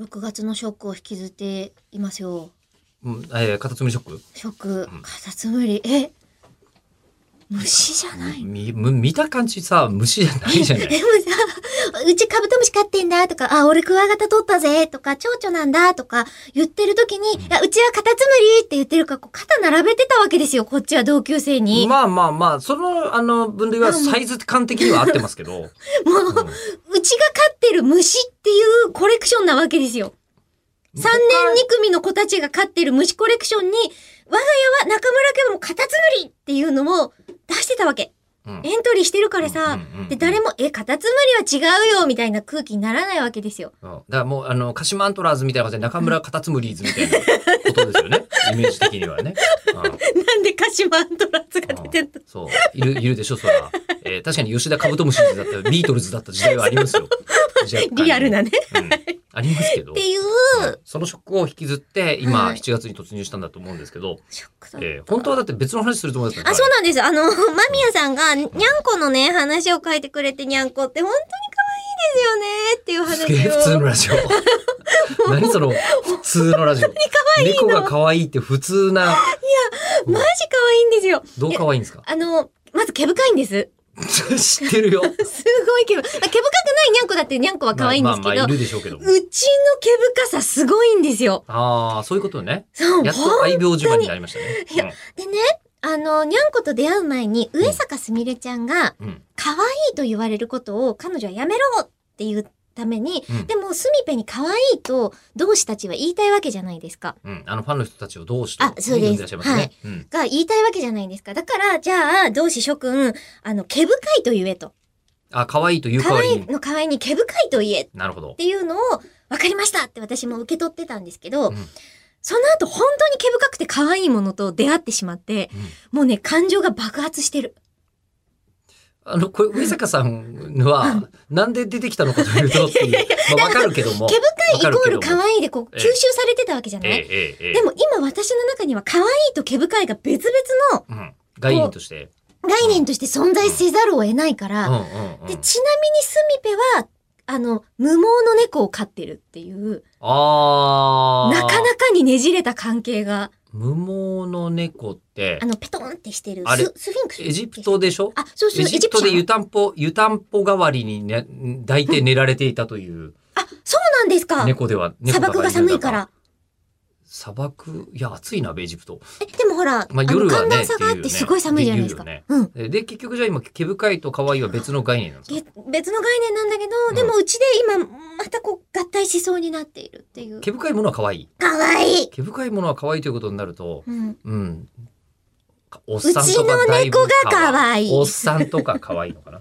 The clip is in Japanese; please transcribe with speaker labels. Speaker 1: 6月のショックを引きずっていますよ。
Speaker 2: うん、えー、カタツムリショック
Speaker 1: ショック、カタツムリ、え虫じゃないの
Speaker 2: みむ見た感じさ、虫じゃないじゃな
Speaker 1: え、
Speaker 2: い
Speaker 1: でもさ、 うちカブトムシ飼ってんだとか、あ、俺クワガタ取ったぜとか、蝶々なんだとか言ってる時に、いや、うちはカタツムリって言ってるから、こう肩並べてたわけですよ、こっちは同級生 に。
Speaker 2: まあまあまあ、その、あの、分類はサイズ感的には合ってますけ ど。
Speaker 1: もう、
Speaker 2: うん
Speaker 1: うちが飼ってる虫っていうコレクションなわけですよ。3年2組の子たちが飼ってる虫コレクションに、我が家は中村家もカタツムリっていうのを出してたわけ。
Speaker 2: うん
Speaker 1: エントリーしてるからさ、
Speaker 2: うんうんうん
Speaker 1: で、誰も、え、カタツムリは違うよみたいな空気にならないわけですよ。
Speaker 2: うんだからもう、あの、鹿島アントラーズみたいな感じで中村カタツムリーズみたいなことですよね。イメージ的にはね。うん
Speaker 1: なんで鹿島アントラーズが出てんの
Speaker 2: そう。いる、いるでしょ、そら。えー確かに吉田カブトムシだったり、ビートルズだった時代はありますよ。若 干
Speaker 1: リアルなね。っ
Speaker 2: うんありますけど。
Speaker 1: ていう、
Speaker 2: そのショックを引きずって、今、
Speaker 1: はい
Speaker 2: 7月に突入したんだと思うんですけど、
Speaker 1: ショックだった
Speaker 2: えー本当はだって別の話すると思うんですけ
Speaker 1: あ、
Speaker 2: ど、
Speaker 1: そうなんです。あの、間宮さんが、にゃんこのね、話を書いてくれて、にゃんこって本当に可愛いですよね、って
Speaker 2: すげ
Speaker 1: い
Speaker 2: え
Speaker 1: う話を。
Speaker 2: 普通のラジ オ。何その普通のラジオ。猫が可愛いって普通な、
Speaker 1: マジ可愛いんですよ。
Speaker 2: どう可愛いんで すか
Speaker 1: あの、まず毛深いんです。
Speaker 2: 知ってるよ。
Speaker 1: すごい毛、あ毛深くないにゃんこだってにゃんこは可愛いんですけど、
Speaker 2: まあまあまあいるでしょうけども。
Speaker 1: うちの毛深さすごいんですよ。
Speaker 2: ああ、そういうことね。
Speaker 1: そう、
Speaker 2: やっ
Speaker 1: ほん
Speaker 2: と愛病自慢になりました
Speaker 1: いや
Speaker 2: ね。
Speaker 1: でね、あの、にゃんこと出会う前に、上坂すみれちゃんが、
Speaker 2: うん。うん
Speaker 1: 可愛いと言われることを彼女はやめろっていうために、
Speaker 2: うん
Speaker 1: でも、すみぺに可愛いと同志たちは言いたいわけじゃないですか。
Speaker 2: うん。あのファンの人たちをどうして
Speaker 1: あそうです
Speaker 2: いらっしゃいますね。
Speaker 1: はい
Speaker 2: うん。
Speaker 1: が言いたいわけじゃないですか。だから、じゃあ、同志諸君、あの、毛深いと言えと。
Speaker 2: あ、可愛いという代
Speaker 1: 可
Speaker 2: わり
Speaker 1: 愛い
Speaker 2: に。
Speaker 1: の可愛いに毛深いと言え
Speaker 2: なるほど
Speaker 1: っ。ていうのを、分かりましたって私も受け取ってたんですけど、
Speaker 2: うん
Speaker 1: その後本当に毛深くて可愛いものと出会ってしまって、
Speaker 2: うん
Speaker 1: もうね、感情が爆発してる。
Speaker 2: あの、これ、上坂さんは、なんで出てきたのかというとっていう、まあわかるけども。
Speaker 1: 毛深いイコール
Speaker 2: わ
Speaker 1: 可
Speaker 2: かる
Speaker 1: 愛いでこう
Speaker 2: ええ
Speaker 1: 吸収されてたわけじゃ
Speaker 2: け
Speaker 1: な
Speaker 2: ど
Speaker 1: い、
Speaker 2: もええ、ええ、ええ
Speaker 1: で。も今私の中には可愛いと毛深いが別々の
Speaker 2: うん。概念として。
Speaker 1: 概念として存在せざるを得ないか
Speaker 2: うん
Speaker 1: ら、
Speaker 2: うんう
Speaker 1: で
Speaker 2: ん。
Speaker 1: ちなみにスミペは、あの、無毛の猫を飼ってるっていう、
Speaker 2: あー
Speaker 1: なかなかにねじれた関係が、
Speaker 2: 無毛の猫って
Speaker 1: あ、の、ペトンってしてる
Speaker 2: あれ
Speaker 1: ス、スフィンクス。
Speaker 2: エジプトでしょ
Speaker 1: あ、そうそう、
Speaker 2: エ
Speaker 1: エジ
Speaker 2: ジ
Speaker 1: プト
Speaker 2: プトで
Speaker 1: で
Speaker 2: 湯たんぽ、湯たんぽ代わりにね、抱いて寝られていたという
Speaker 1: あ、そうなんですか。
Speaker 2: 猫では、
Speaker 1: 砂
Speaker 2: 猫だ
Speaker 1: 漠が寒いか。ら。
Speaker 2: 砂漠、いや、暑いな、エジプト。
Speaker 1: え、でもほら、
Speaker 2: まあ
Speaker 1: の
Speaker 2: 夜は
Speaker 1: 寒
Speaker 2: ね
Speaker 1: 暖差があ
Speaker 2: っていう
Speaker 1: っ
Speaker 2: ね
Speaker 1: てすごい寒いじゃないですか。
Speaker 2: で夜よね
Speaker 1: うん。
Speaker 2: えで、結局じゃあ今、毛深いと可愛いは別の概念なんですか
Speaker 1: げ別の概念なんだけど、
Speaker 2: うん
Speaker 1: でもうちで今、またこう、合体しそうになっているっていう。
Speaker 2: 毛深いものは可愛い。
Speaker 1: かわいい
Speaker 2: 毛深いものは可愛いということになると、
Speaker 1: うん。
Speaker 2: うん。おっ
Speaker 1: うち
Speaker 2: さんとか
Speaker 1: の
Speaker 2: だいぶ
Speaker 1: 猫が可愛い
Speaker 2: おっさんとか可愛いのかな。